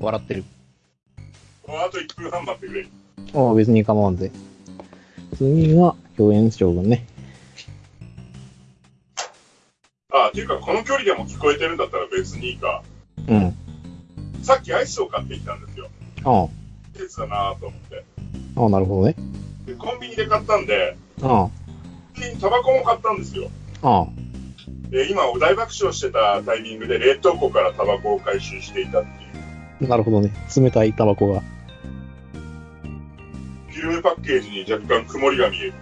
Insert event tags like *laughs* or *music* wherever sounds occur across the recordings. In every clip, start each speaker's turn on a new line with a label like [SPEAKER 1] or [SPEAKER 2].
[SPEAKER 1] 笑ってる。
[SPEAKER 2] もうあと1分半待ってくれ。
[SPEAKER 1] ああ、別に構わんぜ。次が、共演将軍ね。
[SPEAKER 2] あっていうか、この距離でも聞こえてるんだったら別にいいか。
[SPEAKER 1] うん。
[SPEAKER 2] さっきアイスを買ってきたんですよ。
[SPEAKER 1] あ
[SPEAKER 2] 季節だなと思って。
[SPEAKER 1] あ、ああ、なるほどね。
[SPEAKER 2] で、コンビニで買ったんで、
[SPEAKER 1] あ
[SPEAKER 2] コンビニにタバコも買ったんですよ。
[SPEAKER 1] あ、ああ、
[SPEAKER 2] で、今、お大爆笑してたタイミングで冷凍庫からタバコを回収していたっていう。
[SPEAKER 1] なるほどね。冷たいタバコが。
[SPEAKER 2] フィルムパッケージに若干曇りが見える。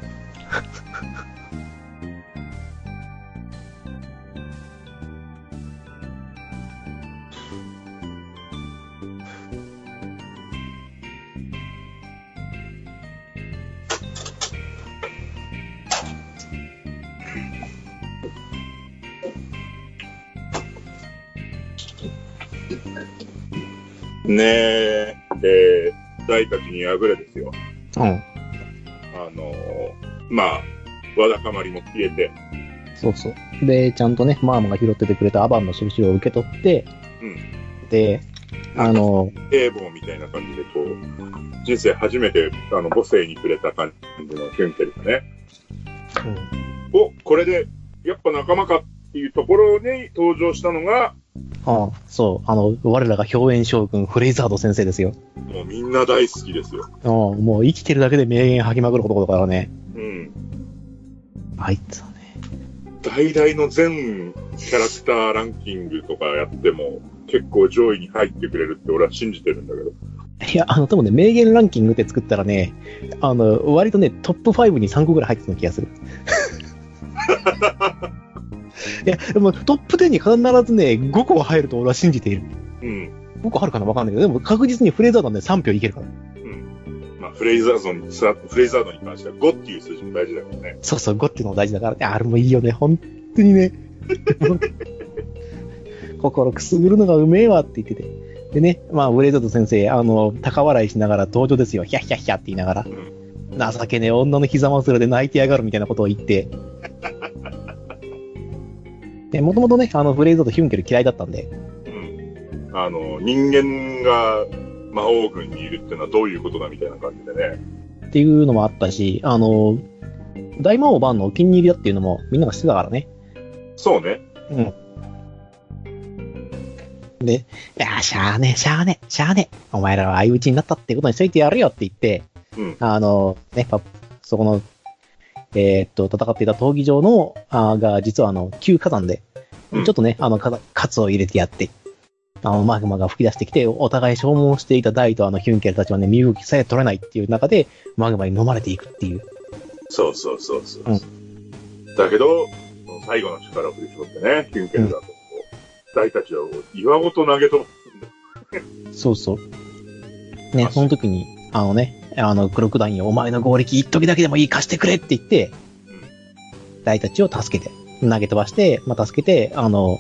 [SPEAKER 2] ねえ、えー、大たちに破れですよ。
[SPEAKER 1] うん。
[SPEAKER 2] あのまあ、わだかまりも消えて、
[SPEAKER 1] そうそう。で、ちゃんとね、マームが拾っててくれたアバンの印を受け取って、
[SPEAKER 2] うん。
[SPEAKER 1] で、あの、
[SPEAKER 2] 堤防みたいな感じで、こう、人生初めて、あの、母性に触れた感じのヒュンケルがね、
[SPEAKER 1] うん
[SPEAKER 2] お、これで、やっぱ仲間かっていうところに登場したのが、
[SPEAKER 1] ああ、そう、あの、我らが共演将軍、フレイザード先生ですよ。
[SPEAKER 2] もうみんな大好きですよ。
[SPEAKER 1] ああ、もう生きてるだけで名言吐きまくる男だからね。
[SPEAKER 2] うん。
[SPEAKER 1] あいつはね。
[SPEAKER 2] 大々の全キャラクターランキングとかやっても、結構上位に入ってくれるって俺は信じてるんだけど。
[SPEAKER 1] いや、あの、多分ね、名言ランキングって作ったらね、あの、割とね、トップ5に3個ぐらい入ってた気がする。いや、でもトップ10に必ずね、5個は入ると俺は信じている。
[SPEAKER 2] うん。
[SPEAKER 1] 5個あるかなわかんないけど、でも確実にフレーザードはね、3票いけるから。
[SPEAKER 2] まあ、フレイザードに、さフレイザードに関しては5っていう数字も大事だからね。
[SPEAKER 1] そうそう、5っていうのも大事だからね。あれもいいよね、本当にね。 *laughs* 心くすぐるのがうめえわって言ってて。でね、まあ、ブレイザード先生、あの、高笑いしながら登場ですよ。ヒャッヒャッヒャって言いながら。情けねえ女の膝祭りで泣いてやがるみたいなことを言って。で、もともとね、あの、ブレイザードヒュンケル嫌いだったんで。
[SPEAKER 2] うんあの人間が魔王軍にいるってのはどういうことだみたいな感じでね、
[SPEAKER 1] っていうのもあったし、あの、大魔王バンのお気に入りだっていうのもみんなが知ってたからね。
[SPEAKER 2] そうね、
[SPEAKER 1] うん。で、いや、しゃあねえ、しゃあねえ、しゃあねえ。お前らは相打ちになったってことにしといてやるよって言って、
[SPEAKER 2] うん
[SPEAKER 1] あの、ね、パそこの、えーっと、戦っていた闘技場の、あーが、実はあの、旧火山で、
[SPEAKER 2] うん
[SPEAKER 1] ちょっとね、あの、かカツを入れてやって、あの、マグマが吹き出してきて、お互い消耗していたダイとあの、ヒュンケルたちはね、身動きさえ取れないっていう中で、マグマに飲まれていくっていう。
[SPEAKER 2] そうそうそうそう、
[SPEAKER 1] うん
[SPEAKER 2] だけど、最後の力を振り絞ってね、ヒュンケルだと、こう大たちを岩ごと投げ飛ば
[SPEAKER 1] そうそう。ね、その時に、あのね、あの、クロクダインよお前の合力一時だけでもいい貸してくれって言って、大たちを助けて、投げ飛ばして、まあ、助けて、あの、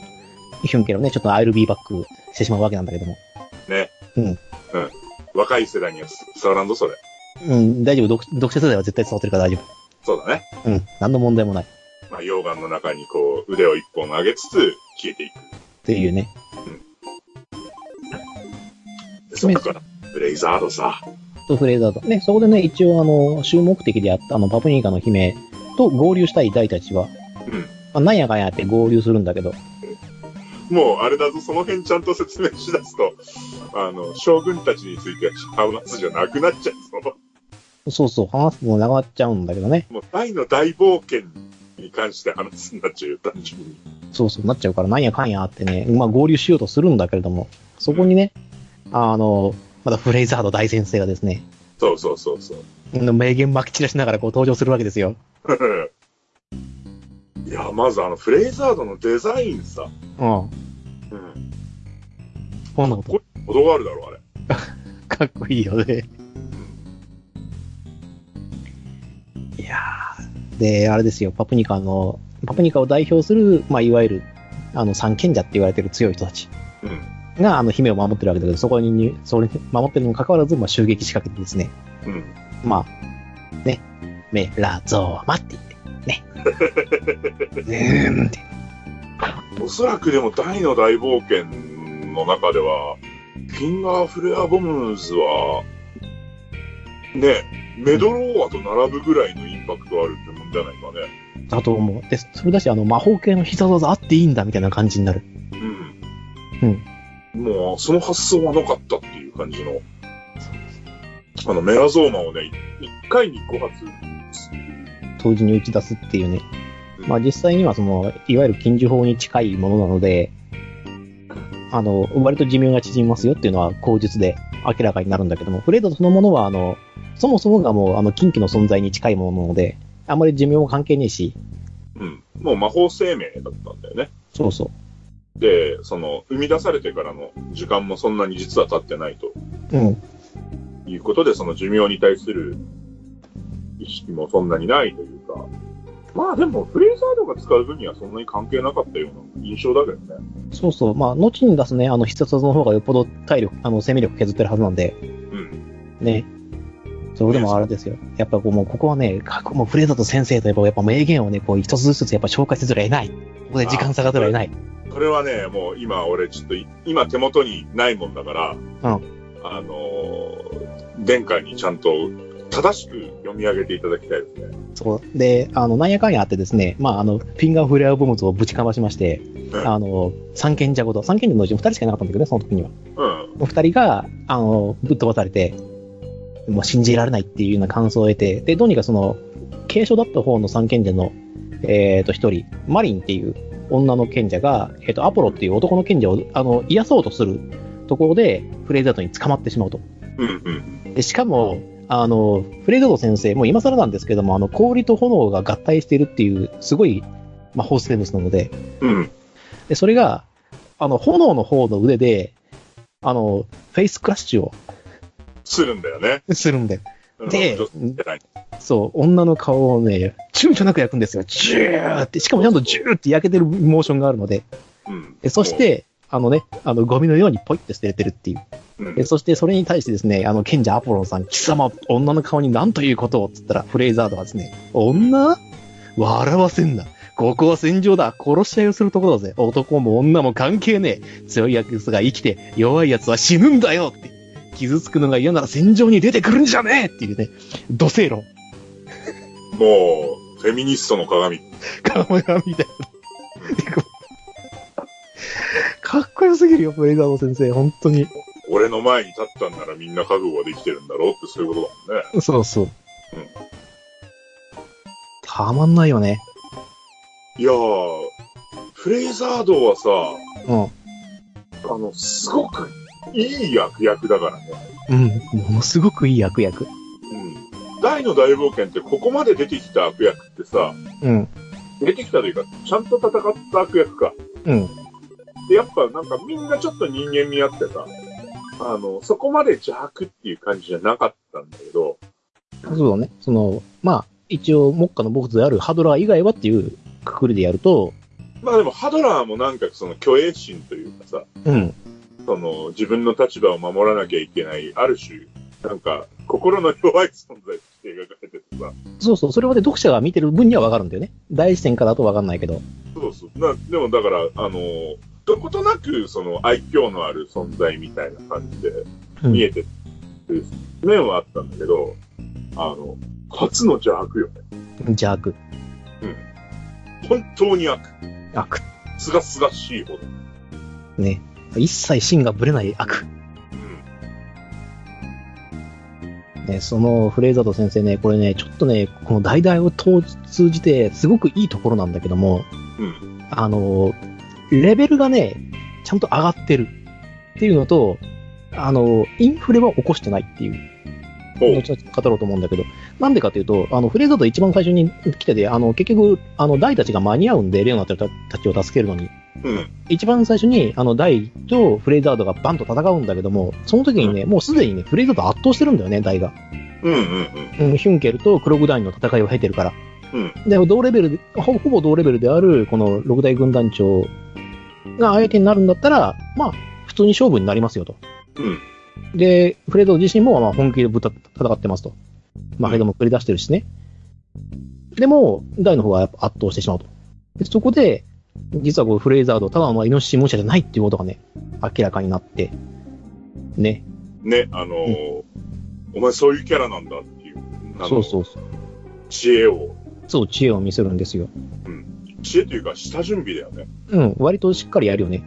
[SPEAKER 1] ヒュンケルをね、ちょっとアイルビーバックしてしまうわけなんだけども。
[SPEAKER 2] すね。
[SPEAKER 1] うん
[SPEAKER 2] うん、若い世代には伝わらんぞ、それ。
[SPEAKER 1] うん、大丈夫。読読者世代は絶対伝わってるから大丈
[SPEAKER 2] そうだね。
[SPEAKER 1] 夫。うん、何の問題もない。っ
[SPEAKER 2] まあ、溶岩の中にこう腕を一本上げつつ消えていく。
[SPEAKER 1] ていうね。
[SPEAKER 2] でそっから、ブレイザードさ。
[SPEAKER 1] とフレーザーと。ね、そこでね、一応あの、主目的であったあの、パプニーカの姫と合流したい大たちは、
[SPEAKER 2] うん
[SPEAKER 1] まあ、なんやかんやって合流するんだけど、
[SPEAKER 2] もうあれだぞ、その辺ちゃんと説明しだすと、あの、将軍たちについては話すじゃなくなっちゃうぞ。
[SPEAKER 1] そうそう、話すの長なっちゃうんだけどね。
[SPEAKER 2] もう大の大冒険に関して話すんだっちゃうよ、単純に。
[SPEAKER 1] そうそうなっちゃうから、なんやかんやあってね、まあ合流しようとするんだけれども、そこにね、あの、またフレイザード大先生がですね、
[SPEAKER 2] そうそうそうそう。 *laughs*
[SPEAKER 1] 名言まき散らしながらこう登場するわけですよ。
[SPEAKER 2] いや、まずあの、フレイザードのデザインさ。
[SPEAKER 1] うん。
[SPEAKER 2] うん。
[SPEAKER 1] こんなこと。
[SPEAKER 2] 程があるだろ、あれ。
[SPEAKER 1] かっこいいよね。いやー。で、あれですよ、パプニカの、パプニカを代表する、まあいわゆる、あの、三賢者って言われてる強い人たち
[SPEAKER 2] うん。
[SPEAKER 1] が、あの、姫を守ってるわけだけど、そこに、それ、守ってるにもかかわらず、まあ襲撃仕掛けてですね、
[SPEAKER 2] うん。
[SPEAKER 1] まあ、ね、メラゾーマって言って、ね。ねーんって。
[SPEAKER 2] おそらくでも大の大冒険の中では、フィンガーフレアボムズは、ね、メドローアと並ぶぐらいのインパクトあるってもんじゃないかね。
[SPEAKER 1] だと思う。で、それだし、あの、魔法系の必殺技あっていいんだみたいな感じになる。
[SPEAKER 2] うん。うん。もう、その発想はなかったっていう感じの。あの、メラゾーマをね、1回に5発。
[SPEAKER 1] 当時に打ち出すっていうね。まあ実際にはその、いわゆる禁呪法に近いものなので、あの、割と寿命が縮みますよっていうのは口述で明らかになるんだけども、フレードそのものはあの、そもそもがもうあの、近畿の存在に近いものなので、あんまり寿命も関係ねえし、
[SPEAKER 2] うん。もう魔法生命だったんだよね。
[SPEAKER 1] そうそ
[SPEAKER 2] で、その、生み出されてからの時間もそんなに実は経ってないと
[SPEAKER 1] う。うん。
[SPEAKER 2] いうことで、その寿命に対する意識もそんなにないというか、まあでも、フレーザードが使う分にはそんなに関係なかったような印象だけどね。
[SPEAKER 1] そうそう。まあ、後に出すね、あの、必殺技の方がよっぽど体力、あの、生命力削ってるはずなんで、
[SPEAKER 2] うん。
[SPEAKER 1] ね。それでもあれですよ。やっぱこう、もうここはね、過去もうフレーザーと先生といえば、やっぱ名言をね、こう、一つずつやっぱ紹介せざるを得ない。ここで時間差がざるを得ない。
[SPEAKER 2] これはね、もう今俺ちょっとい、今手元にないもんだから、あのー、殿下にちゃんと正しく読み上げていただきたいですね。
[SPEAKER 1] そう。で、あの、なんやかんやあってですね、まあ、あの、フィンガーフレアボムズをぶちかましまして、
[SPEAKER 2] うん
[SPEAKER 1] あの、三賢者ごと、三賢者のうち二人しかいなかったんだけどね、その時には。
[SPEAKER 2] うん。
[SPEAKER 1] お二人が、あの、ぶっ飛ばされて、もう信じられないっていうような感想を得て、で、どうにかその、軽症だった方の三賢者の、えっ、と、一人、マリンっていう女の賢者が、えっ、と、アポロっていう男の賢者を、あの、癒そうとするところで、フレイザートに捕まってしまうと。
[SPEAKER 2] うんうん。
[SPEAKER 1] でしかも、あの、フレードド先生、もう今更なんですけども、あの、氷と炎が合体しているっていう、すごい魔法生物なので、
[SPEAKER 2] うん。
[SPEAKER 1] で、それが、あの、炎の方の腕で、あの、フェイスクラッシュを
[SPEAKER 2] するんだよね。
[SPEAKER 1] するんで、
[SPEAKER 2] うん
[SPEAKER 1] で
[SPEAKER 2] 女性じゃない
[SPEAKER 1] そう、女の顔をね、躊躇なく焼くんですよ。ジューって、しかもちゃんとジューって焼けてるモーションがあるので、
[SPEAKER 2] うん
[SPEAKER 1] でそし、て、あのね、あの、ゴミのようにポイって捨てれてるっていう。
[SPEAKER 2] うん
[SPEAKER 1] で、そしてそれに対してですね、あの、賢者アポロンさん、貴様、女の顔に何ということをっつったら、フレイザードがですね、女笑わせんな。ここは戦場だ。殺し合いをするところだぜ。男も女も関係ねえ。強い奴が生きて、弱い奴は死ぬんだよって。傷つくのが嫌なら戦場に出てくるんじゃねえっていうね、土星論。
[SPEAKER 2] もう、フェミニストの鏡。
[SPEAKER 1] カモヤみたいな。でこう *laughs* かっこよすぎるよ、フレイザード先生。本当に。
[SPEAKER 2] 俺の前に立ったんならみんな覚悟ができてるんだろうってそういうことだもんね。
[SPEAKER 1] そうそう
[SPEAKER 2] うん。
[SPEAKER 1] たまんないよね。
[SPEAKER 2] いやー、フレイザードはさ、
[SPEAKER 1] うん。
[SPEAKER 2] あの、すごくいい悪役だからね。
[SPEAKER 1] うん、ものすごくいい悪役。
[SPEAKER 2] うん。大の大冒険ってここまで出てきた悪役ってさ、
[SPEAKER 1] うん、
[SPEAKER 2] 出てきたというか、ちゃんと戦った悪役か。
[SPEAKER 1] うん、
[SPEAKER 2] で、やっぱなんかみんなちょっと人間味あってさ、あの、そこまで邪悪っていう感じじゃなかったんだけど、
[SPEAKER 1] そうだね。その、まあ、一応、目下の僕であるハドラー以外はっていうくくりでやると、
[SPEAKER 2] まあでもハドラーもなんかその虚栄心というかさ、
[SPEAKER 1] うん、
[SPEAKER 2] その自分の立場を守らなきゃいけない、ある種、なんか心の弱い存在として描かれててさ、
[SPEAKER 1] そうそう、それはね、読者が見てる分にはわかるんだよね。第一線からだとわかんないけど。
[SPEAKER 2] そうそう。なでもだから、あの、どことなくその愛嬌のある存在みたいな感じで
[SPEAKER 1] う
[SPEAKER 2] 見
[SPEAKER 1] ん、
[SPEAKER 2] えてる面はあったんだけど、あの、初の邪悪よね。
[SPEAKER 1] 邪悪。
[SPEAKER 2] 本当に悪。
[SPEAKER 1] 悪。
[SPEAKER 2] すがすがしいほど。
[SPEAKER 1] ね。一切芯がぶれない悪。
[SPEAKER 2] うん。
[SPEAKER 1] ね、そのフレイザード先生ね、これね、ちょっとね、この代々を通通じて、すごくいいところなんだけども、
[SPEAKER 2] うん。
[SPEAKER 1] あの、レベルがね、ちゃんと上がってるっていうのと、あの、インフレは起こしてないっていう、
[SPEAKER 2] ほう。
[SPEAKER 1] 後々語ろうと思うんだけど、なんでかというと、あの、フレーザーと一番最初に来てて、あの、結局、あの、ダイたちが間に合うんで、レオナたちを助けるのに。
[SPEAKER 2] うん。
[SPEAKER 1] 一番最初に、あの、ダイとフレーザードがバンと戦うんだけども、その時にね、もうすでにね、フレーザード圧倒してるんだよね、ダイが。
[SPEAKER 2] うんうん
[SPEAKER 1] うん、ヒュンケルとクログダインの戦いを経てるから。
[SPEAKER 2] うん
[SPEAKER 1] で、同レベルでほ、ほぼ同レベルである、この六大軍団長が相手になるんだったら、まあ、普通に勝負になりますよと。
[SPEAKER 2] うん
[SPEAKER 1] で、フレード自身もまあ本気でぶた戦ってますと。まあ、ヘドも繰り出してるしね。でも、ダイの方がやっぱ圧倒してしまうと。でそこで、実はこうフレイザード、ただのイノシシ武者じゃないっていうことがね、明らかになって、ね。
[SPEAKER 2] ね、あのーお前そういうキャラなんだっていう、あの
[SPEAKER 1] そうそうそう。
[SPEAKER 2] 知恵を、
[SPEAKER 1] そう、知恵を見せるんですよ。
[SPEAKER 2] 知恵というか下準備だよね。
[SPEAKER 1] うん、割としっかりやるよね。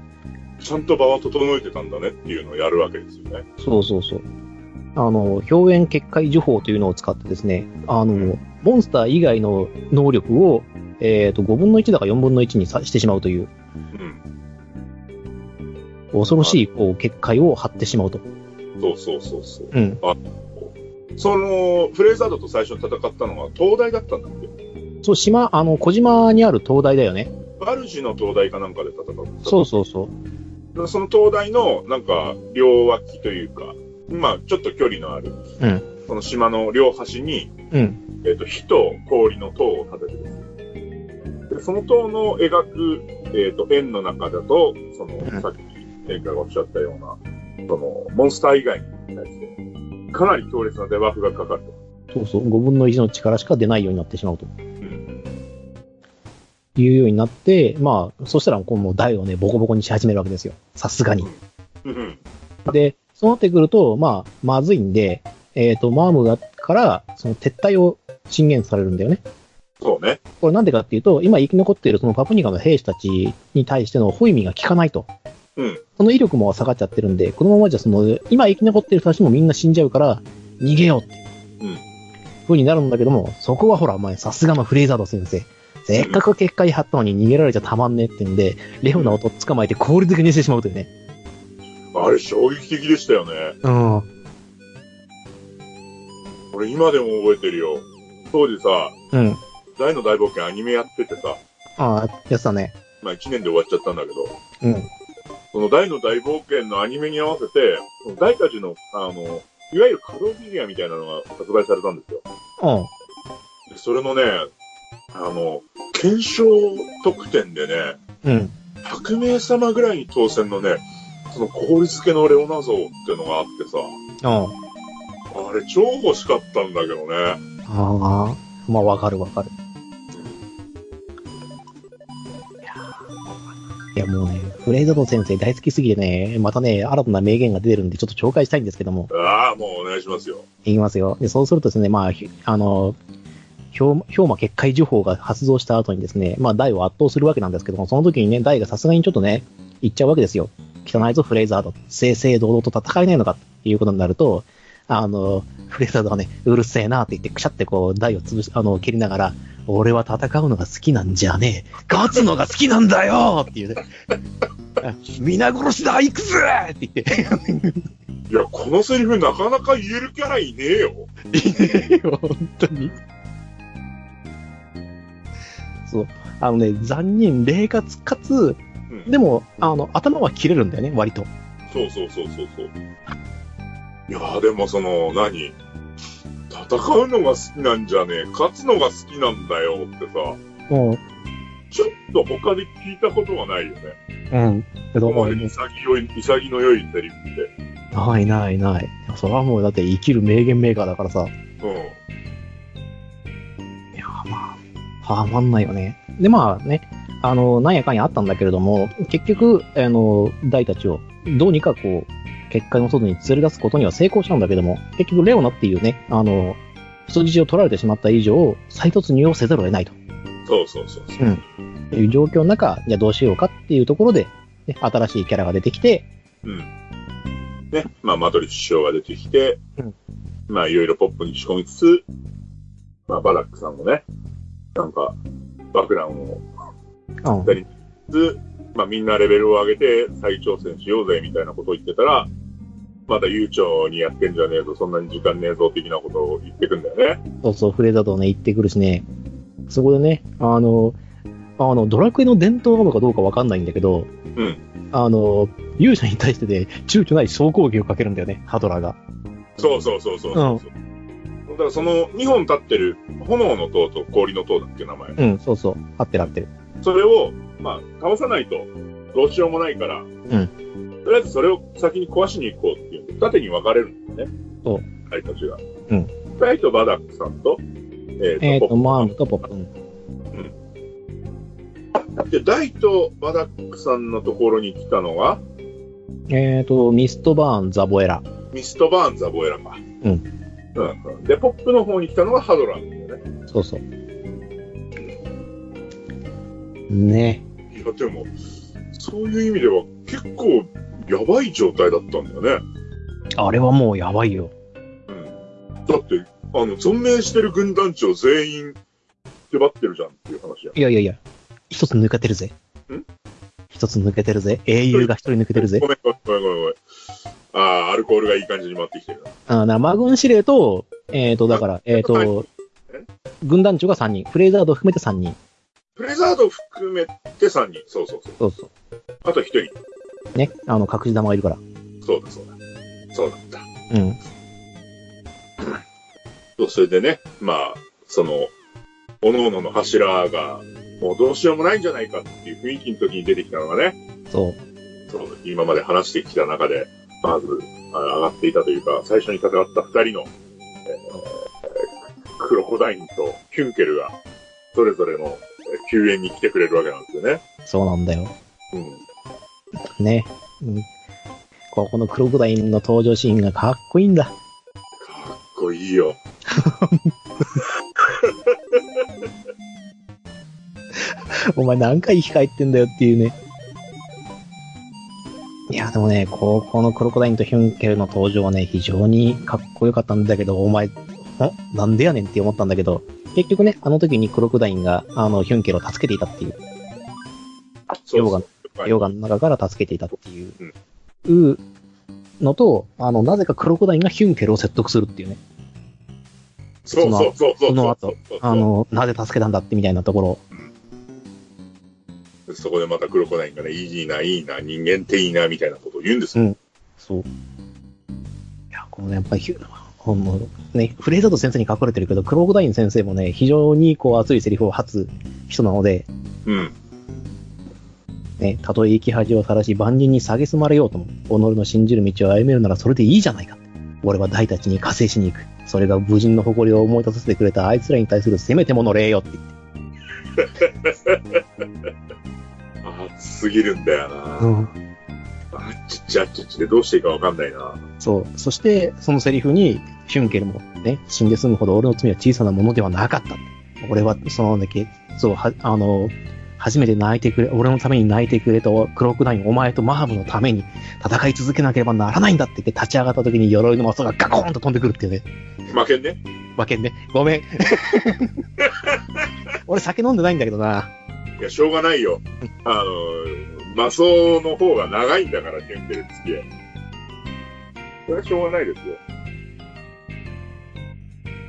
[SPEAKER 2] ちゃんと場は整えてたんだねっていうのをやるわけですよね。
[SPEAKER 1] そうそうそう。あの、表現結界情報というのを使ってですね、あの、モンスター以外の能力を、えっ、と、5分の1だか4分の1にさしてしまうという、
[SPEAKER 2] うん。
[SPEAKER 1] 恐ろしい、こう、結界を張ってしまうと。
[SPEAKER 2] そうそうそうそう。
[SPEAKER 1] うん。
[SPEAKER 2] その、フレーザードと最初戦ったのは東大だったんだっけ
[SPEAKER 1] そう、島、あの、小島にある灯台だよね。
[SPEAKER 2] バルジの東大かなんかで戦った。
[SPEAKER 1] そうそうそう。
[SPEAKER 2] う。その東大の、なんか、両脇というか、まあ、ちょっと距離のある、
[SPEAKER 1] うん。
[SPEAKER 2] その島の両端に、
[SPEAKER 1] うん。
[SPEAKER 2] えっ、と、火と氷の塔を立ててる。で、その塔の描く、えっ、と、円の中だと、そ
[SPEAKER 1] ん
[SPEAKER 2] の、さっき、天下がおっしゃったような、その、モンスター以外に対して、かなり強烈なデバフがかかると。
[SPEAKER 1] そうそう。5分の1の力しか出ないようになってしまうと。
[SPEAKER 2] うん。
[SPEAKER 1] いうようになって、まあ、そしたら、こう、もう台をね、ボコボコにし始めるわけですよ。さすがに。
[SPEAKER 2] うん。
[SPEAKER 1] で、そうなってくると、まあ、まずいんで、えっ、と、マームがから、その撤退を進言されるんだよね。
[SPEAKER 2] そうね。
[SPEAKER 1] これなんでかっていうと、今生き残っているそのパプニカの兵士たちに対してのホイミが効かないと。
[SPEAKER 2] うん
[SPEAKER 1] その威力も下がっちゃってるんで、このままじゃその、今生き残っている人たちもみんな死んじゃうから、逃げようって。
[SPEAKER 2] うん
[SPEAKER 1] 風になるんだけども、そこはほら、お前、さすがのフレイザード先生。せっかく結界張ったのに逃げられちゃたまんねえってんで、レオナをとっ捕まえて氷漬けにしてしまうというね。
[SPEAKER 2] あれ、衝撃的でしたよね。
[SPEAKER 1] うん。う
[SPEAKER 2] 俺、今でも覚えてるよ。当時さ、
[SPEAKER 1] ん。
[SPEAKER 2] 大の大冒険アニメやっててさ、
[SPEAKER 1] ああ、やってたね。
[SPEAKER 2] まあ1年で終わっちゃったんだけど、
[SPEAKER 1] うん。
[SPEAKER 2] その大の大冒険のアニメに合わせて、その大たちの、あの、いわゆる可動フィギュアみたいなのが発売されたんですよ。
[SPEAKER 1] うん。
[SPEAKER 2] でそれのね、あの、検証特典でね、
[SPEAKER 1] うん。
[SPEAKER 2] 100名様ぐらいに当選のね、その氷漬けのレオナ像ってのがあってさ、
[SPEAKER 1] うん。
[SPEAKER 2] あれ超欲しかったんだけどね。
[SPEAKER 1] ああ、まあわかるわかる。いやもうね、フレイザード先生大好きすぎてね、またね、新たな名言が出てるんで、ちょっと紹介したいんですけども、
[SPEAKER 2] ああ、もうお願いしますよ。
[SPEAKER 1] いきますよ。で、そうするとですね、まあ、ひあの、氷氷魔結界呪法が発動した後にですね、まあ、大を圧倒するわけなんですけども、その時にね、大がさすがにちょっとね、行っちゃうわけですよ。汚いぞ、フレイザード。正々堂々と戦えないのか、っていうことになると、あの、フレイザードがね、うるせえなって言って、くしゃってこう、大を潰し、あの、蹴りながら、俺は戦うのが好きなんじゃねえ。勝つのが好きなんだよっていうね。 *laughs* あ皆殺しだ行くぜって言って。
[SPEAKER 2] いや、このセリフなかなか言えるキャラいねえよ。
[SPEAKER 1] 本当に。そう。あのね、残忍、冷活かつ、
[SPEAKER 2] うん
[SPEAKER 1] でも、あの、頭は切れるんだよね、割と。
[SPEAKER 2] そうそうそうそうそう。いやーでもその、何戦うのが好きなんじゃねえ、勝つのが好きなんだよってさ、
[SPEAKER 1] うん。
[SPEAKER 2] ちょっと他で聞いたことがないよね。
[SPEAKER 1] うん。けど
[SPEAKER 2] ここ
[SPEAKER 1] も
[SPEAKER 2] ま、で潔い、潔の良いセリフって。
[SPEAKER 1] ないないない。それはもう、だって生きる名言メーカーだからさ。
[SPEAKER 2] う
[SPEAKER 1] いや、まあ、はまんないよね。で、まあね、あの、なんやかんやあったんだけれども、結局、あの、大たちを、どうにかこう、結界の外に連れ出すことには成功したんだけども、結局、レオナっていうね、あの、人質を取られてしまった以上、再突入をせざるを得ないと
[SPEAKER 2] ん。そうそうそうそう。
[SPEAKER 1] いう状況の中、じゃあどうしようかっていうところで、ね、新しいキャラが出てきて、
[SPEAKER 2] うん。ね。まあ、マトリッチ首相が出てきて、
[SPEAKER 1] うん
[SPEAKER 2] まあ、いろいろポップに仕込みつつ、まあ、バラックさんもね、なんか、爆弾を
[SPEAKER 1] うん、
[SPEAKER 2] ず、まあ、みんなレベルを上げて再挑戦しようぜみたいなことを言ってたら、まだ悠長にやってんじゃねえぞ、そんなに時間ねえぞ的なことを言ってくんだよね。
[SPEAKER 1] そうそう、フレーザーとね、行ってくるしね、そこでね、あの、あの、ドラクエの伝統なのかどうかわかんないんだけど、
[SPEAKER 2] うん
[SPEAKER 1] あの、勇者に対してね、躊躇ない総攻撃をかけるんだよね、ハドラーが。
[SPEAKER 2] そうそうそうそうそうそう。だからその2本立ってる炎の塔と氷の塔だっけ名前。
[SPEAKER 1] うん、そうそう、合ってる合ってる。
[SPEAKER 2] それを、まあ、倒さないとどうしようもないから、とりあえずそれを先に壊しに行こうっていうんで、縦に分かれるんだよね。
[SPEAKER 1] そう。
[SPEAKER 2] 彼たちが。
[SPEAKER 1] うん。
[SPEAKER 2] ライとバダックさんと、え
[SPEAKER 1] えっ、
[SPEAKER 2] ポッ
[SPEAKER 1] と、
[SPEAKER 2] プ
[SPEAKER 1] マームとポップン。
[SPEAKER 2] で、大とバダックさんのところに来たのが、
[SPEAKER 1] えーと、ミストバーン、ザボエラ。
[SPEAKER 2] ミストバーン、ザ・ボエラか。
[SPEAKER 1] うん
[SPEAKER 2] うん。うん。で、ポップの方に来たのがハドラーなんだよね。
[SPEAKER 1] そうそう。ね
[SPEAKER 2] いや、でも、そういう意味では結構やばい状態だったんだよね。
[SPEAKER 1] あれはもうやばいよ。
[SPEAKER 2] うん。だって、あの、存命してる軍団長全員、手張ってるじゃんっていう話や。
[SPEAKER 1] いやいやいや、一つ抜けてるぜ。
[SPEAKER 2] ん
[SPEAKER 1] 一つ抜けてるぜ。英雄が一人抜けてるぜ
[SPEAKER 2] ご。めん、ごめん、ごめん、ごめんごめん。ああ、アルコールがいい感じに回ってきてるな。
[SPEAKER 1] あな、マグン司令と、えーと、だから、えーと
[SPEAKER 2] え、
[SPEAKER 1] 軍団長が3人。フレーザード含めて3人。
[SPEAKER 2] プレザード含めて3人。そうそうそう。
[SPEAKER 1] そうそ
[SPEAKER 2] あと1人。
[SPEAKER 1] う。ね。あの、隠し玉がいるから。
[SPEAKER 2] そうだ、そうだ。そうだった。
[SPEAKER 1] うん。
[SPEAKER 2] そう、それでね、まあ、その、各々の柱が、もうどうしようもないんじゃないかっていう雰囲気の時に出てきたのがね、
[SPEAKER 1] そう。
[SPEAKER 2] その、今まで話してきた中で、まず、あ上がっていたというか、最初に戦った二人の、えークロコダインとキュンケルが、それぞれのえー救援に来てくれるわけなんですよね。
[SPEAKER 1] そうなんだよ。
[SPEAKER 2] うん。
[SPEAKER 1] ね。うん。ここのクロコダインの登場シーンがかっこいいんだ。
[SPEAKER 2] かっこいいよ。
[SPEAKER 1] お前何回生き返ってんだよっていうね。いや、でもね、高校のクロコダインとヒュンケルの登場はね、非常にかっこよかったんだけど、お前、んなんでやねんって思ったんだけど、結局ね、あの時にクロコダインが、あの、ヒュンケルを助けていたっていう、
[SPEAKER 2] そう
[SPEAKER 1] 溶岩
[SPEAKER 2] はい
[SPEAKER 1] 溶岩の中から助けていたっていう、うのと、あの、なぜかクロコダインがヒュンケルを説得するっていうね、
[SPEAKER 2] そうそうそうそう。
[SPEAKER 1] その後
[SPEAKER 2] そうそうそう
[SPEAKER 1] あの、なぜ助けたんだってみたいなところ、
[SPEAKER 2] そこでまたクロコダインがね、いいな、いいな、人間っていいな、みたいなことを言うんですよ。
[SPEAKER 1] そう。いや、このね、やっぱりヒュ、ほんのね、フレーザード先生に隠れてるけど、クロークダイン先生もね、非常にこう熱いセリフを吐つ人なので、
[SPEAKER 2] うん。
[SPEAKER 1] ね、たとえ生き恥を晒し万人に蔑まれようとも、己の信じる道を歩めるならそれでいいじゃないか。俺は大たちに加勢しに行く。それが武人の誇りを思い出させてくれたあいつらに対するせめてもの礼よって言って。
[SPEAKER 2] 熱すぎるんだよな。
[SPEAKER 1] ん。
[SPEAKER 2] あっちっちあっちっちでどうしていいかわかんないな。
[SPEAKER 1] そう。そして、そのセリフに、ヒュンケルもね、死んで済むほど俺の罪は小さなものではなかった。俺は、そのね、けそう、は、あの、初めて泣いてくれ、俺のために泣いてくれと、クロークダイン、お前とマハムのために戦い続けなければならないんだって言って立ち上がった時に鎧の魔がガコーンと飛んでくるっていうね。
[SPEAKER 2] 負けんね。
[SPEAKER 1] わけんね。ごめん。俺酒飲んでないんだけどな。
[SPEAKER 2] いや、しょうがないよ。あの、マソの方が長いんだから、ケンテル付き合い。それはしょうがないですよ。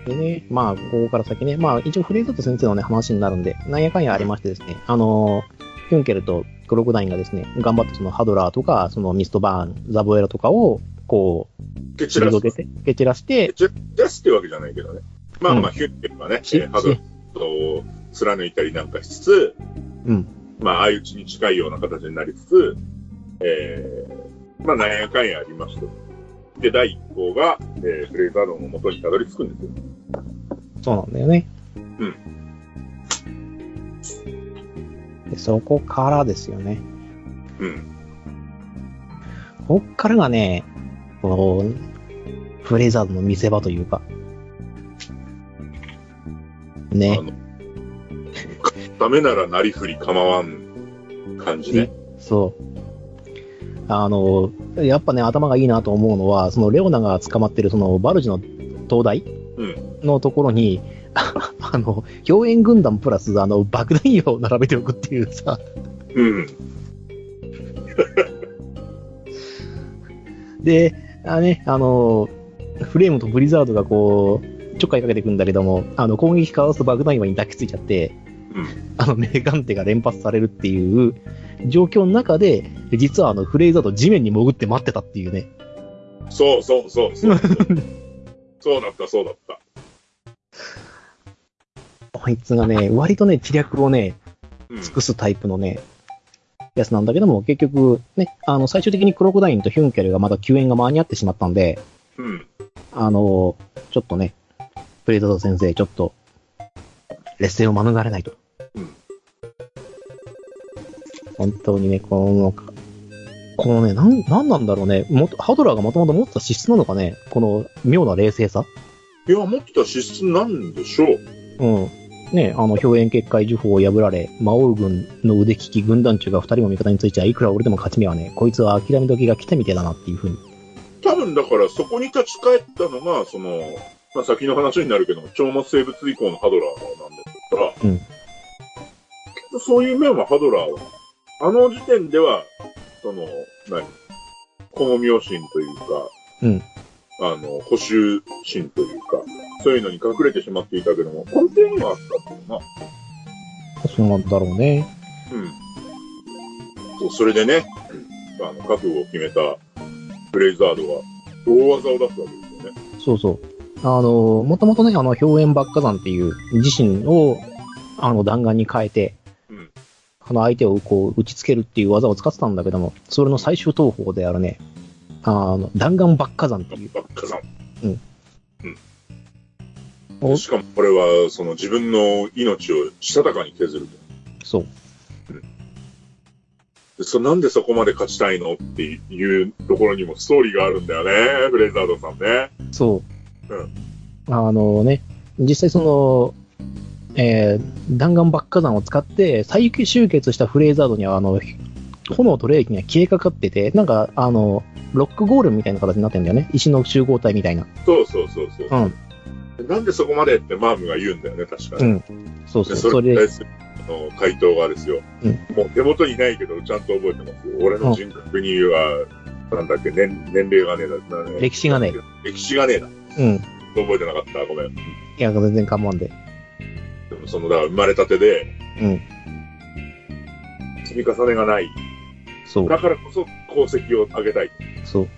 [SPEAKER 1] でね、まあ、ここから先ね、まあ、一応フレーザーと先生のね、話になるんで、なんやかんやありましてですね、あのー、ヒュンケルとクロコダインがですね、頑張ってそのハドラーとか、そのミストバーン、ザボエラとかを、こ
[SPEAKER 2] 蹴
[SPEAKER 1] う、
[SPEAKER 2] 散らす。
[SPEAKER 1] けて、蹴散らして、
[SPEAKER 2] 出すってわけじゃないけどね。まあまあ、
[SPEAKER 1] う
[SPEAKER 2] ヒュッケルがね、え
[SPEAKER 1] し
[SPEAKER 2] ーハドと貫いたりなんかしつつ、
[SPEAKER 1] うん、
[SPEAKER 2] まあ、相打ちに近いような形になりつつ、えー、まあ、なんやかんやありました。で、第1項が、えー、フレーザードの元にたどり着くんですよ。
[SPEAKER 1] そうなんだよね。。
[SPEAKER 2] うん
[SPEAKER 1] で、そこからですよね。
[SPEAKER 2] うん。
[SPEAKER 1] こっからがね、こう、フレーザードの見せ場というか、ね
[SPEAKER 2] あ。の、ダメならなりふり構わん感じね。
[SPEAKER 1] そう。あの、やっぱね、頭がいいなと思うのは、そのレオナが捕まってる、そのバルジの灯台
[SPEAKER 2] う
[SPEAKER 1] のところに、 *laughs* ああの、表演軍団プラス、あの、爆弾用を並べておくっていうさ、
[SPEAKER 2] うん。
[SPEAKER 1] で、あね、あの、フレームとブリザードがこう、ちょっかいかけてくんだけども、あの、攻撃かわす爆弾岩に抱きついちゃって、
[SPEAKER 2] うん。
[SPEAKER 1] あの、メガンテが連発されるっていう状況の中で、実はあの、フレイザード地面に潜って待ってたっていうね。
[SPEAKER 2] そうそうそ
[SPEAKER 1] *laughs*
[SPEAKER 2] うそう。そうだった、そうだった。
[SPEAKER 1] あいつがね、割とね、知略をね、
[SPEAKER 2] うん。
[SPEAKER 1] 尽くすタイプのね、やつなんだけども、結局、ね、あの、最終的にクロコダインとヒュンケルがまだ救援が間に合ってしまったんで、
[SPEAKER 2] うん。
[SPEAKER 1] あの、ちょっとね、プレイザード先生、ちょっと、劣勢を免れないと。
[SPEAKER 2] うん
[SPEAKER 1] 本当にね、この、このね、なん、なんなんだろうね。もっとハドラーがもともと持ってた資質なのかね。この妙な冷静さ。
[SPEAKER 2] いや、持ってた資質なんでしょう。
[SPEAKER 1] うん。ね、あの、表現結界呪法を破られ、魔王軍の腕利き軍団中が二人も味方についちゃいくら俺でも勝ち目はね、こいつは諦め時が来たみてえだなっていうふうに。
[SPEAKER 2] 多分だからそこに立ち返ったのが、その、まあ、先の話になるけども、超末生物以降のハドラーなんですから、
[SPEAKER 1] うん
[SPEAKER 2] きっとそういう面はハドラーは、あの時点では、その、何光明心というか、
[SPEAKER 1] うん
[SPEAKER 2] あの、補修心というか、そういうのに隠れてしまっていたけども、根底にはあったっていうな。
[SPEAKER 1] そうなんだろうね。
[SPEAKER 2] そう、それでね、あの、覚悟を決めたブレイザードは、大技を出すわけですよね。
[SPEAKER 1] そうそう。あの、もともとね、あの、表現ばっか山っていう自身を、あの、弾丸に変えて、
[SPEAKER 2] うん
[SPEAKER 1] あの、相手をこう、打ちつけるっていう技を使ってたんだけども、それの最終投法であるね、あの、弾丸ばっか山っていう。
[SPEAKER 2] ばっかさん。
[SPEAKER 1] うん。
[SPEAKER 2] うん。
[SPEAKER 1] お
[SPEAKER 2] しかもこれは、その自分の命をしたたかに削ると。
[SPEAKER 1] そう。
[SPEAKER 2] でそなんでそこまで勝ちたいのっていうところにもストーリーがあるんだよね、ブレイザードさんね。
[SPEAKER 1] そう。
[SPEAKER 2] うん
[SPEAKER 1] あのね、実際その、えー、弾丸ばっか山を使って、再集結したフレーザードには、あの、炎と霊気が消えかかってて、なんか、あの、ロックゴールみたいな形になってんだよね。石の集合体みたいな。
[SPEAKER 2] そうそうそうそう。
[SPEAKER 1] うん。
[SPEAKER 2] でなんでそこまでってマームが言うんだよね、確か
[SPEAKER 1] う
[SPEAKER 2] に。
[SPEAKER 1] んそうそ
[SPEAKER 2] で
[SPEAKER 1] う。
[SPEAKER 2] そ
[SPEAKER 1] そ
[SPEAKER 2] れに
[SPEAKER 1] れ
[SPEAKER 2] 対するあの回答がですよ、
[SPEAKER 1] うん
[SPEAKER 2] もう手元にないけど、ちゃんと覚えてますよ。俺の人格には、なんだっけ、年年齢がねえだ。なんだ
[SPEAKER 1] 歴史がねえ。
[SPEAKER 2] 歴史がねえだ。
[SPEAKER 1] うん。い
[SPEAKER 2] 覚えてなかった、ごめん。
[SPEAKER 1] や、全然構わんで。
[SPEAKER 2] でもその、だから生まれたてで、
[SPEAKER 1] うん
[SPEAKER 2] 積み重ねがない。
[SPEAKER 1] そう。
[SPEAKER 2] だからこそ功績を上げたい。
[SPEAKER 1] そう。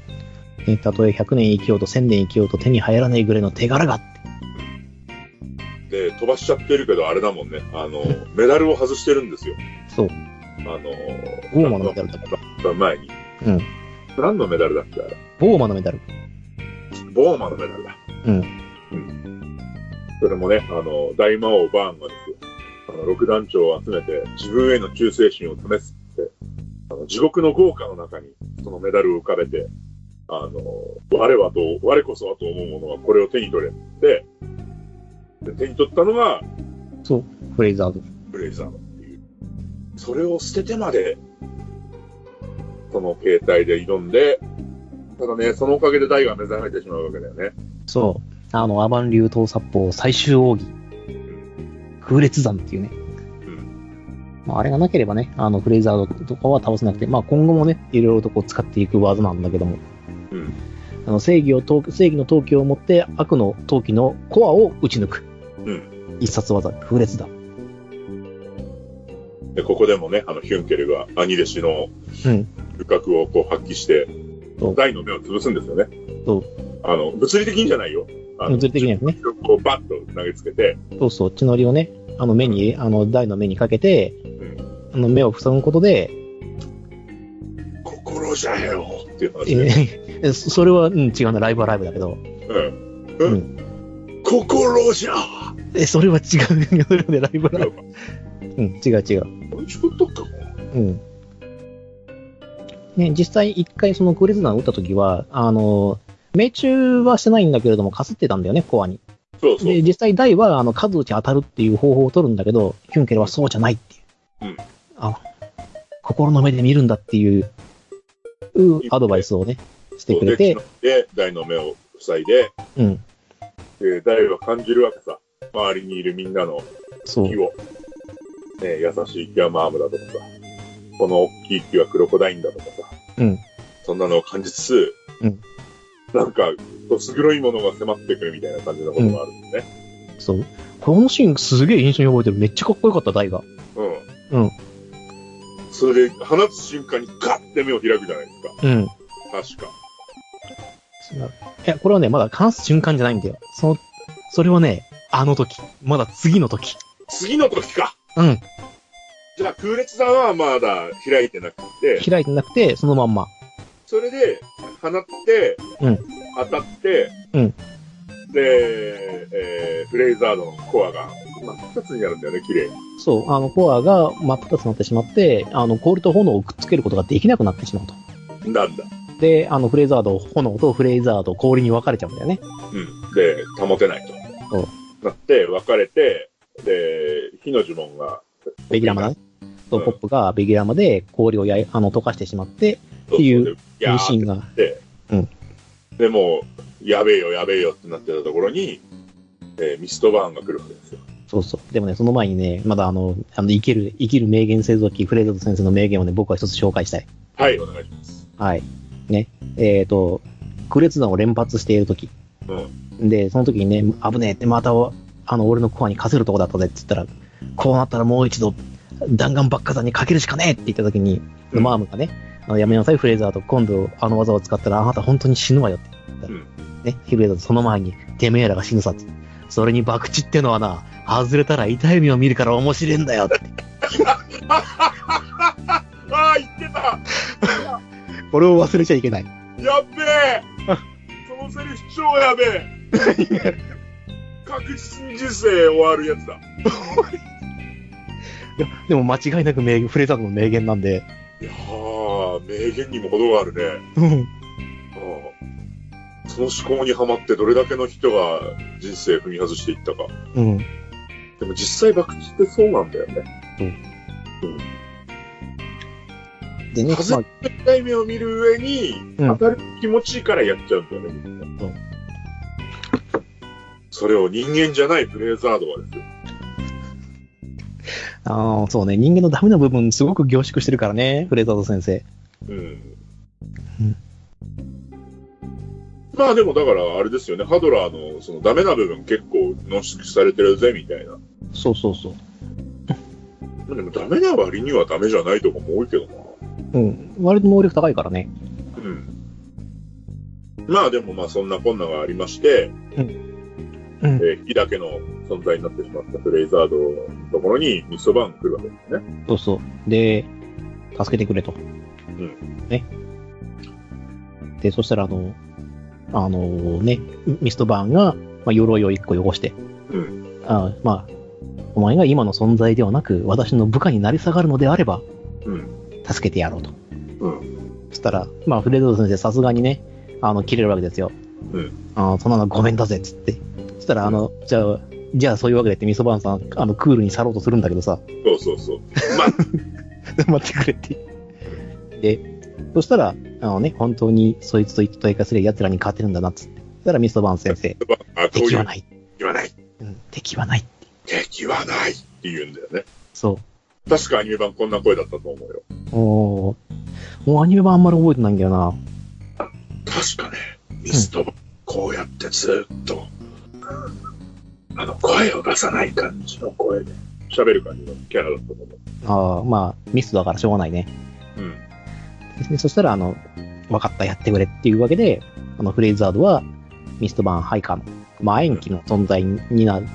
[SPEAKER 1] ねたとえ100年生きようと1000年生きようと手に入らないぐらいの手柄が。
[SPEAKER 2] で、飛ばしちゃってるけど、あれだもんね。あの、メダルを外してるんですよ。
[SPEAKER 1] そう。
[SPEAKER 2] あの、
[SPEAKER 1] ボーマのメダルだか
[SPEAKER 2] 前に。
[SPEAKER 1] うん。
[SPEAKER 2] 何のメダルだっけあれ。
[SPEAKER 1] ボーマのメダル。
[SPEAKER 2] ボーマのメダルだ。
[SPEAKER 1] うん
[SPEAKER 2] うん。それもね、あの、大魔王バーンがですよ、あの、六団長を集めて、自分への忠誠心を試すって、あの、地獄の豪華の中に、そのメダルを浮かべて、あの、我はと、我こそはと思う者はこれを手に取れって、で手に取ったのが、
[SPEAKER 1] フレイザード。
[SPEAKER 2] ブレイザーっていう。それを捨ててまで、その携帯で挑んで、ただね、そのおかげで大が目覚めてしまうわけだよね。
[SPEAKER 1] そう。あの、アバン流刀殺法最終奥義。風烈山っていうね。まあ、あれがなければね、あの、フレイザードとかは倒せなくて、まあ今後もね、いろいろとこう使っていく技なんだけども。
[SPEAKER 2] うん。
[SPEAKER 1] あの正義をと正義の闘気を持って悪の闘気のコアを打ち抜く、
[SPEAKER 2] うん
[SPEAKER 1] 一冊技風烈だ、
[SPEAKER 2] で、ここでもね、あの、ヒュンケルが兄弟子の
[SPEAKER 1] うん、
[SPEAKER 2] ルカクをこう発揮して
[SPEAKER 1] そう、
[SPEAKER 2] 大の目を潰すんですよね。
[SPEAKER 1] そう
[SPEAKER 2] あの、物理的にじゃないよ。あの
[SPEAKER 1] 物理的にはね
[SPEAKER 2] こうバッと投げつけて、
[SPEAKER 1] そうそう血のりをねあの目にあの台の目にかけて、
[SPEAKER 2] ん
[SPEAKER 1] あの目を塞ぐことで、
[SPEAKER 2] 心じゃよっていう話で。
[SPEAKER 1] え *laughs* それは、うん、違うなライブはライブだけど
[SPEAKER 2] うん。
[SPEAKER 1] う
[SPEAKER 2] うん。心じゃ
[SPEAKER 1] えそれは違うよそれはねライブはライブ、うん、違う違う
[SPEAKER 2] どういうことかも。
[SPEAKER 1] うん。ね、実際一回そのクレズナーを打った時は、あの、命中はしてないんだけれども、かすってたんだよね、コアに。
[SPEAKER 2] そうそう
[SPEAKER 1] で、。実際ダイは、あの、数打ち当たるっていう方法を取るんだけど、ヒュンケルはそうじゃないっていう。
[SPEAKER 2] うん
[SPEAKER 1] あ、心の目で見るんだっていう、うアドバイスをね、してくれて
[SPEAKER 2] そう、で、大の目を塞いで、
[SPEAKER 1] うん。
[SPEAKER 2] で、大は感じるわけさ。周りにいるみんなの
[SPEAKER 1] そう
[SPEAKER 2] 木。を、ね、優しい木はマームだとかさ、この大きい木はクロコダインだとかさ、
[SPEAKER 1] うん。
[SPEAKER 2] そんなのを感じつつ、
[SPEAKER 1] うん
[SPEAKER 2] なんか、どす黒いものが迫ってくるみたいな感じのこともあるんですね。
[SPEAKER 1] そう。このシーンすげえ印象に覚えてる。めっちゃかっこよかった、ダイが。
[SPEAKER 2] うん。
[SPEAKER 1] うん
[SPEAKER 2] それで、放つ瞬間にガッて目を開くじゃない
[SPEAKER 1] うん。
[SPEAKER 2] ですか。確か。
[SPEAKER 1] いや、これはね、まだ関す瞬間じゃないんだよ。その、それはね、あの時。まだ次の時。
[SPEAKER 2] 次の時か
[SPEAKER 1] うん。
[SPEAKER 2] じゃあ、空列さんはまだ開いてなくて、
[SPEAKER 1] 開いてなくて、そのまんま。
[SPEAKER 2] それで、放って、
[SPEAKER 1] うん
[SPEAKER 2] 当たって、
[SPEAKER 1] うん
[SPEAKER 2] で、えーフレイザードのコアが、まあ、二つになるんだよね、綺麗に。
[SPEAKER 1] そう、あの、コアが真っ二つになってしまって、あの、氷と炎をくっつけることができなくなってしまうと。
[SPEAKER 2] なんだ。
[SPEAKER 1] で、あの、フレーザード、炎とフレーザード、氷に分かれちゃうんだよね。
[SPEAKER 2] うん。で、保てないと。
[SPEAKER 1] うん
[SPEAKER 2] なって、別れて、で、火の呪文が、
[SPEAKER 1] ベギラマだね。そう
[SPEAKER 2] うん
[SPEAKER 1] ポップがベギラマで氷をやいあの溶かしてしまって、っ
[SPEAKER 2] そうそう
[SPEAKER 1] ていう
[SPEAKER 2] で
[SPEAKER 1] い
[SPEAKER 2] やー
[SPEAKER 1] う
[SPEAKER 2] っ
[SPEAKER 1] シーンが。
[SPEAKER 2] でもう、やべえよ、やべえよってなってたところに、えーミストバーンが来るわけですよ。
[SPEAKER 1] そうそう。でもね、その前にね、まだあの、あの、生きる、生きる名言製造機、フレーザード先生の名言をね、僕は一つ紹介したい。
[SPEAKER 2] はい、お願いします。
[SPEAKER 1] はい。ね。えっ、と、クレツダを連発しているとき。で、その時にね、危ねえって、また、あの、俺のコアにかせるとこだったぜって言ったら、こうなったらもう一度、弾丸ばっかさにかけるしかねえって言った時に、
[SPEAKER 2] うん
[SPEAKER 1] マームがね、あのやめなさい、フレーザーと、今度あの技を使ったら、あなた本当に死ぬわよって言ったら、
[SPEAKER 2] うん
[SPEAKER 1] ね、フレーザーとその前に、てめえらが死ぬさって。それに博打ってのはな、外れたら痛い目を見るから面白いんだよって。
[SPEAKER 2] ああ、言ってた
[SPEAKER 1] *laughs* これを忘れちゃいけない。
[SPEAKER 2] やっべえそのセリフ超やべえ確実に人生終わるやつだ。
[SPEAKER 1] いやでも間違いなく名言、フレーザーとの名言なんで、
[SPEAKER 2] いやー、名言にも程があるね。
[SPEAKER 1] うん
[SPEAKER 2] うんその思考にはまってどれだけの人が人生踏み外していったか。
[SPEAKER 1] うん。
[SPEAKER 2] でも実際博打ってそうなんだよね。
[SPEAKER 1] でね、ま
[SPEAKER 2] 外
[SPEAKER 1] あ
[SPEAKER 2] れた痛い目を見る上に、
[SPEAKER 1] うん
[SPEAKER 2] 当たる気持ちいいからやっちゃうんだよねみんな
[SPEAKER 1] そう、
[SPEAKER 2] それを人間じゃないフレーザードはですよ。
[SPEAKER 1] あのそうね、人間のダメな部分、すごく凝縮してるからね、フレザード先生。
[SPEAKER 2] うん
[SPEAKER 1] うん
[SPEAKER 2] まあでもだからあれですよね、ハドラーのそのダメな部分結構濃縮されてるぜみたいな。
[SPEAKER 1] そうそうそう。
[SPEAKER 2] でもダメな割にはダメじゃないとこも多いけどな。
[SPEAKER 1] うん。割と能力高いからね。
[SPEAKER 2] うん。まあでもまあそんなこんながありまして、
[SPEAKER 1] うん。
[SPEAKER 2] えー火だけの存在になってしまったフレイザードのところにミストバーンが来るわけですね。。
[SPEAKER 1] そうそう。で、助けてくれと。うんね。で、そしたら、あの、あのね、ミストバーンが、まあ、鎧を一個汚して、
[SPEAKER 2] う
[SPEAKER 1] あまあ、お前が今の存在ではなく、私の部下になり下がるのであれば、
[SPEAKER 2] うん。
[SPEAKER 1] 助けてやろうと。
[SPEAKER 2] うん。
[SPEAKER 1] そしたら、まあ、フレード先生、さすがにね、あの、切れるわけですよ。
[SPEAKER 2] うん。
[SPEAKER 1] あのそんなのごめんだぜ、っつって。そしたら、あの、じゃあ、じゃあそういうわけでって、みそばんさん、あの、クールに去ろうとするんだけどさ、 *laughs*
[SPEAKER 2] そうそう *laughs* そう。まあ、
[SPEAKER 1] 待ってくれって。で、そしたら、あのね、本当にそいつと一体化する奴らに勝てるんだな、っつって。そしたら、ミストバン先
[SPEAKER 2] *laughs*
[SPEAKER 1] 生、
[SPEAKER 2] あこう
[SPEAKER 1] 敵
[SPEAKER 2] い
[SPEAKER 1] は
[SPEAKER 2] う
[SPEAKER 1] ない。
[SPEAKER 2] 敵はない。
[SPEAKER 1] うん、敵はない。
[SPEAKER 2] 敵はないって言うんだよね。
[SPEAKER 1] そ
[SPEAKER 2] 確かアニメ版こんな声だったと思うよ。
[SPEAKER 1] う。おーもうアニメ版あんまり覚えてないんだよな。
[SPEAKER 2] 確かね、ミスト、こうやってずっと、あの、声を出さない感じの声で、喋る感じのキャラだったと思う。
[SPEAKER 1] ああ、まあ、ミスだからしょうがないね。
[SPEAKER 2] うん。
[SPEAKER 1] でそしたら、あの、分かった、やってくれっていうわけで、あの、フレイザードは、ミストバーン、ハイカーの、まあ、延期の存在になる。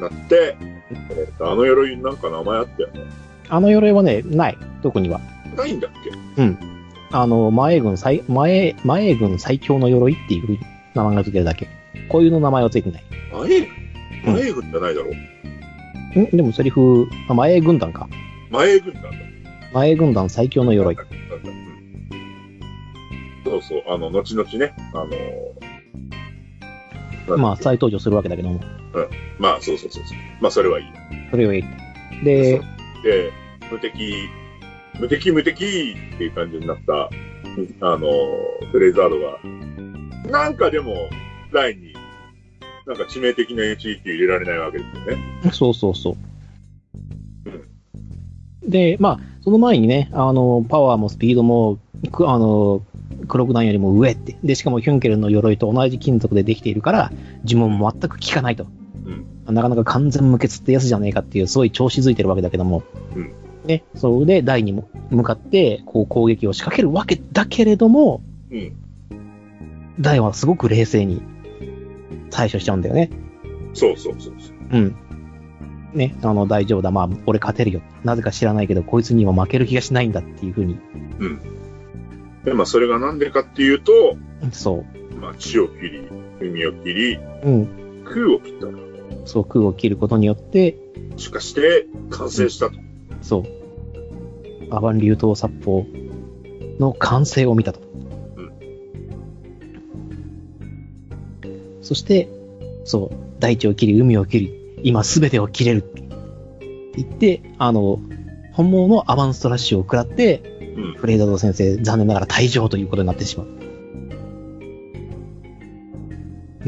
[SPEAKER 2] なって、えーとあの鎧になんか名前あったよね。
[SPEAKER 1] あの鎧はね、ない。特には。
[SPEAKER 2] ないんだっけ
[SPEAKER 1] あの、前軍最、前、前軍最強の鎧っていう名前が付いてるだけ。こういうの名前は付いてない。
[SPEAKER 2] 前軍
[SPEAKER 1] うん
[SPEAKER 2] 前軍じゃないだろう。
[SPEAKER 1] んでもセリフ、あ前軍団か。
[SPEAKER 2] 前軍なんだ。
[SPEAKER 1] 前軍団最強の鎧。
[SPEAKER 2] なんだうんそうそう、あの、後々ね、あのー
[SPEAKER 1] まあ、再登場するわけだけども。
[SPEAKER 2] まあ、そうそうそうそう。まあ、それはいい。
[SPEAKER 1] それを言って。で、
[SPEAKER 2] で、無敵、無敵無敵っていう感じになった、あの、フレイザードが、なんかでも、ラインに、なんか致命的な HE 入れられないわけですよね。
[SPEAKER 1] そうそうそう。で、まあ、その前にね、あの、パワーもスピードも、くあの、クロクダンよりも上って。で、しかもヒュンケルの鎧と同じ金属でできているから、呪文も全く効かないと。
[SPEAKER 2] うん。
[SPEAKER 1] なかなか完全無欠ってやつじゃねえかっていう、すごい調子づいてるわけだけども。
[SPEAKER 2] うん
[SPEAKER 1] ね、そうで、台にも向かって、こう攻撃を仕掛けるわけだけれども、
[SPEAKER 2] うん。
[SPEAKER 1] 台はすごく冷静に対処しちゃうんだよね。
[SPEAKER 2] そうそうそうそう。
[SPEAKER 1] うん。ね、あの、大丈夫だ。まあ、俺勝てるよ。なぜか知らないけど、こいつには負ける気がしないんだっていうふうに。
[SPEAKER 2] で、まあ、それがなんでかっていうと、
[SPEAKER 1] そ
[SPEAKER 2] まあ、血を切り、海を切り、
[SPEAKER 1] う。うん。
[SPEAKER 2] 空を切ったと。
[SPEAKER 1] そう、空を切ることによって、
[SPEAKER 2] しかして、完成したと。
[SPEAKER 1] そう。アバン流刀殺法。の完成を見たと。
[SPEAKER 2] うん
[SPEAKER 1] そして、そう、大地を切り、海を切り、今すべてを切れるって言って、あの、本物のアバンストラッシュを食らって、
[SPEAKER 2] うん。
[SPEAKER 1] フレイザード先生、残念ながら退場ということになってしまう。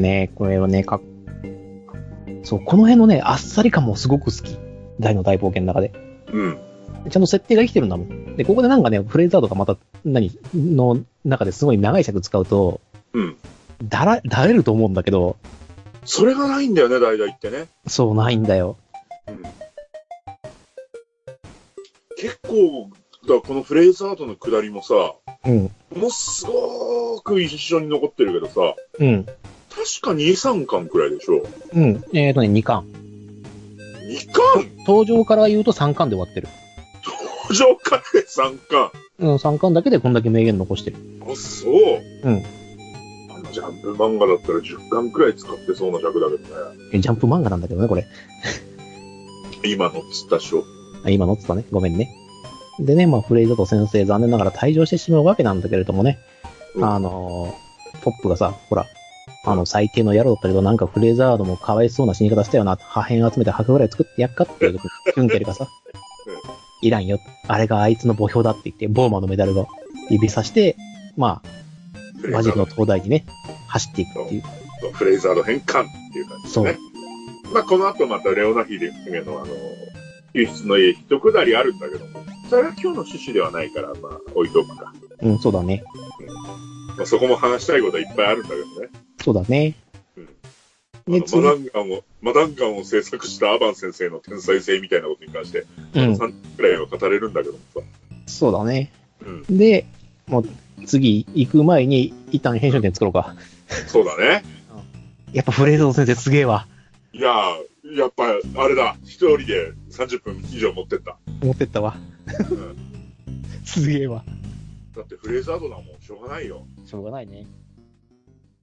[SPEAKER 1] ねえ、これはね、かっそう、この辺のね、あっさり感もすごく好き。大の大冒険の中で。
[SPEAKER 2] うん。
[SPEAKER 1] ちゃんと設定が生きてるんだもん。で、ここでなんかね、フレーザーとかまた、何、の中ですごい長い尺使うと、
[SPEAKER 2] うん。
[SPEAKER 1] だら、だれると思うんだけど、
[SPEAKER 2] それがないんだよね、代々ってね。
[SPEAKER 1] そうないんだよ。
[SPEAKER 2] 結構、だからこのフレーズアートの下りもさ、も
[SPEAKER 1] うん。
[SPEAKER 2] のすごーく印象に残ってるけどさ、
[SPEAKER 1] うん。
[SPEAKER 2] 確か2、3巻くらいでしょ。
[SPEAKER 1] うん。えっ、ー、とね、2巻。
[SPEAKER 2] 2巻
[SPEAKER 1] 登場から言うと3巻で終わってる。
[SPEAKER 2] 登場からで3巻
[SPEAKER 1] うん、3巻だけでこんだけ名言残してる。
[SPEAKER 2] あ、そう。
[SPEAKER 1] うん。
[SPEAKER 2] あのジャンプ漫画だったら10巻くらい使ってそうな尺だけどね。
[SPEAKER 1] えジャンプ漫画なんだけどね、これ。
[SPEAKER 2] 今のっつったしょ。
[SPEAKER 1] あ今乗ってたね。ごめんね。でね、まあ、フレイザーと先生、残念ながら退場してしまうわけなんだけれどもね。
[SPEAKER 2] うん
[SPEAKER 1] あのー、ポップがさ、ほら、あの、最低の野郎だったけど、なんかフレイザードもかわいそうな死に方したよな。破片集めて箱ぐらい作ってやっかっていう時に、キュンケルがさ
[SPEAKER 2] うん、
[SPEAKER 1] いらんよ。あれがあいつの墓標だって言って、ボーマのメダルを指さして、まあ、マジックの灯台にね、走っていくっていう。
[SPEAKER 2] フレーザーの変換っていう感じですね。まあ、この後またレオナヒデフゲのあの、救出の家一くだりあるんだけども、それが今日の趣旨ではないから、まあ、置いとくか。
[SPEAKER 1] うん、そうだね。
[SPEAKER 2] まあ、そこも話したいことはいっぱいあるんだけどね。
[SPEAKER 1] そうだね。
[SPEAKER 2] あの
[SPEAKER 1] ね次
[SPEAKER 2] マダンガンを、マダンガンを制作したアバン先生の天才性みたいなことに関して、
[SPEAKER 1] うん。
[SPEAKER 2] 3くらいは語れるんだけどもさ。
[SPEAKER 1] そうだね。
[SPEAKER 2] うん、
[SPEAKER 1] で、もう、次行く前に、一旦編集点作ろうか。
[SPEAKER 2] そうだね。
[SPEAKER 1] やっぱフレーザード先生すげえわ。
[SPEAKER 2] いやー、やっぱ、あれだ。一人で30分以上持ってった。
[SPEAKER 1] 持ってったわ。
[SPEAKER 2] うん
[SPEAKER 1] *laughs* すげえわ。
[SPEAKER 2] だってフレーザードだもん、しょうがないよ。
[SPEAKER 1] しょうがないね。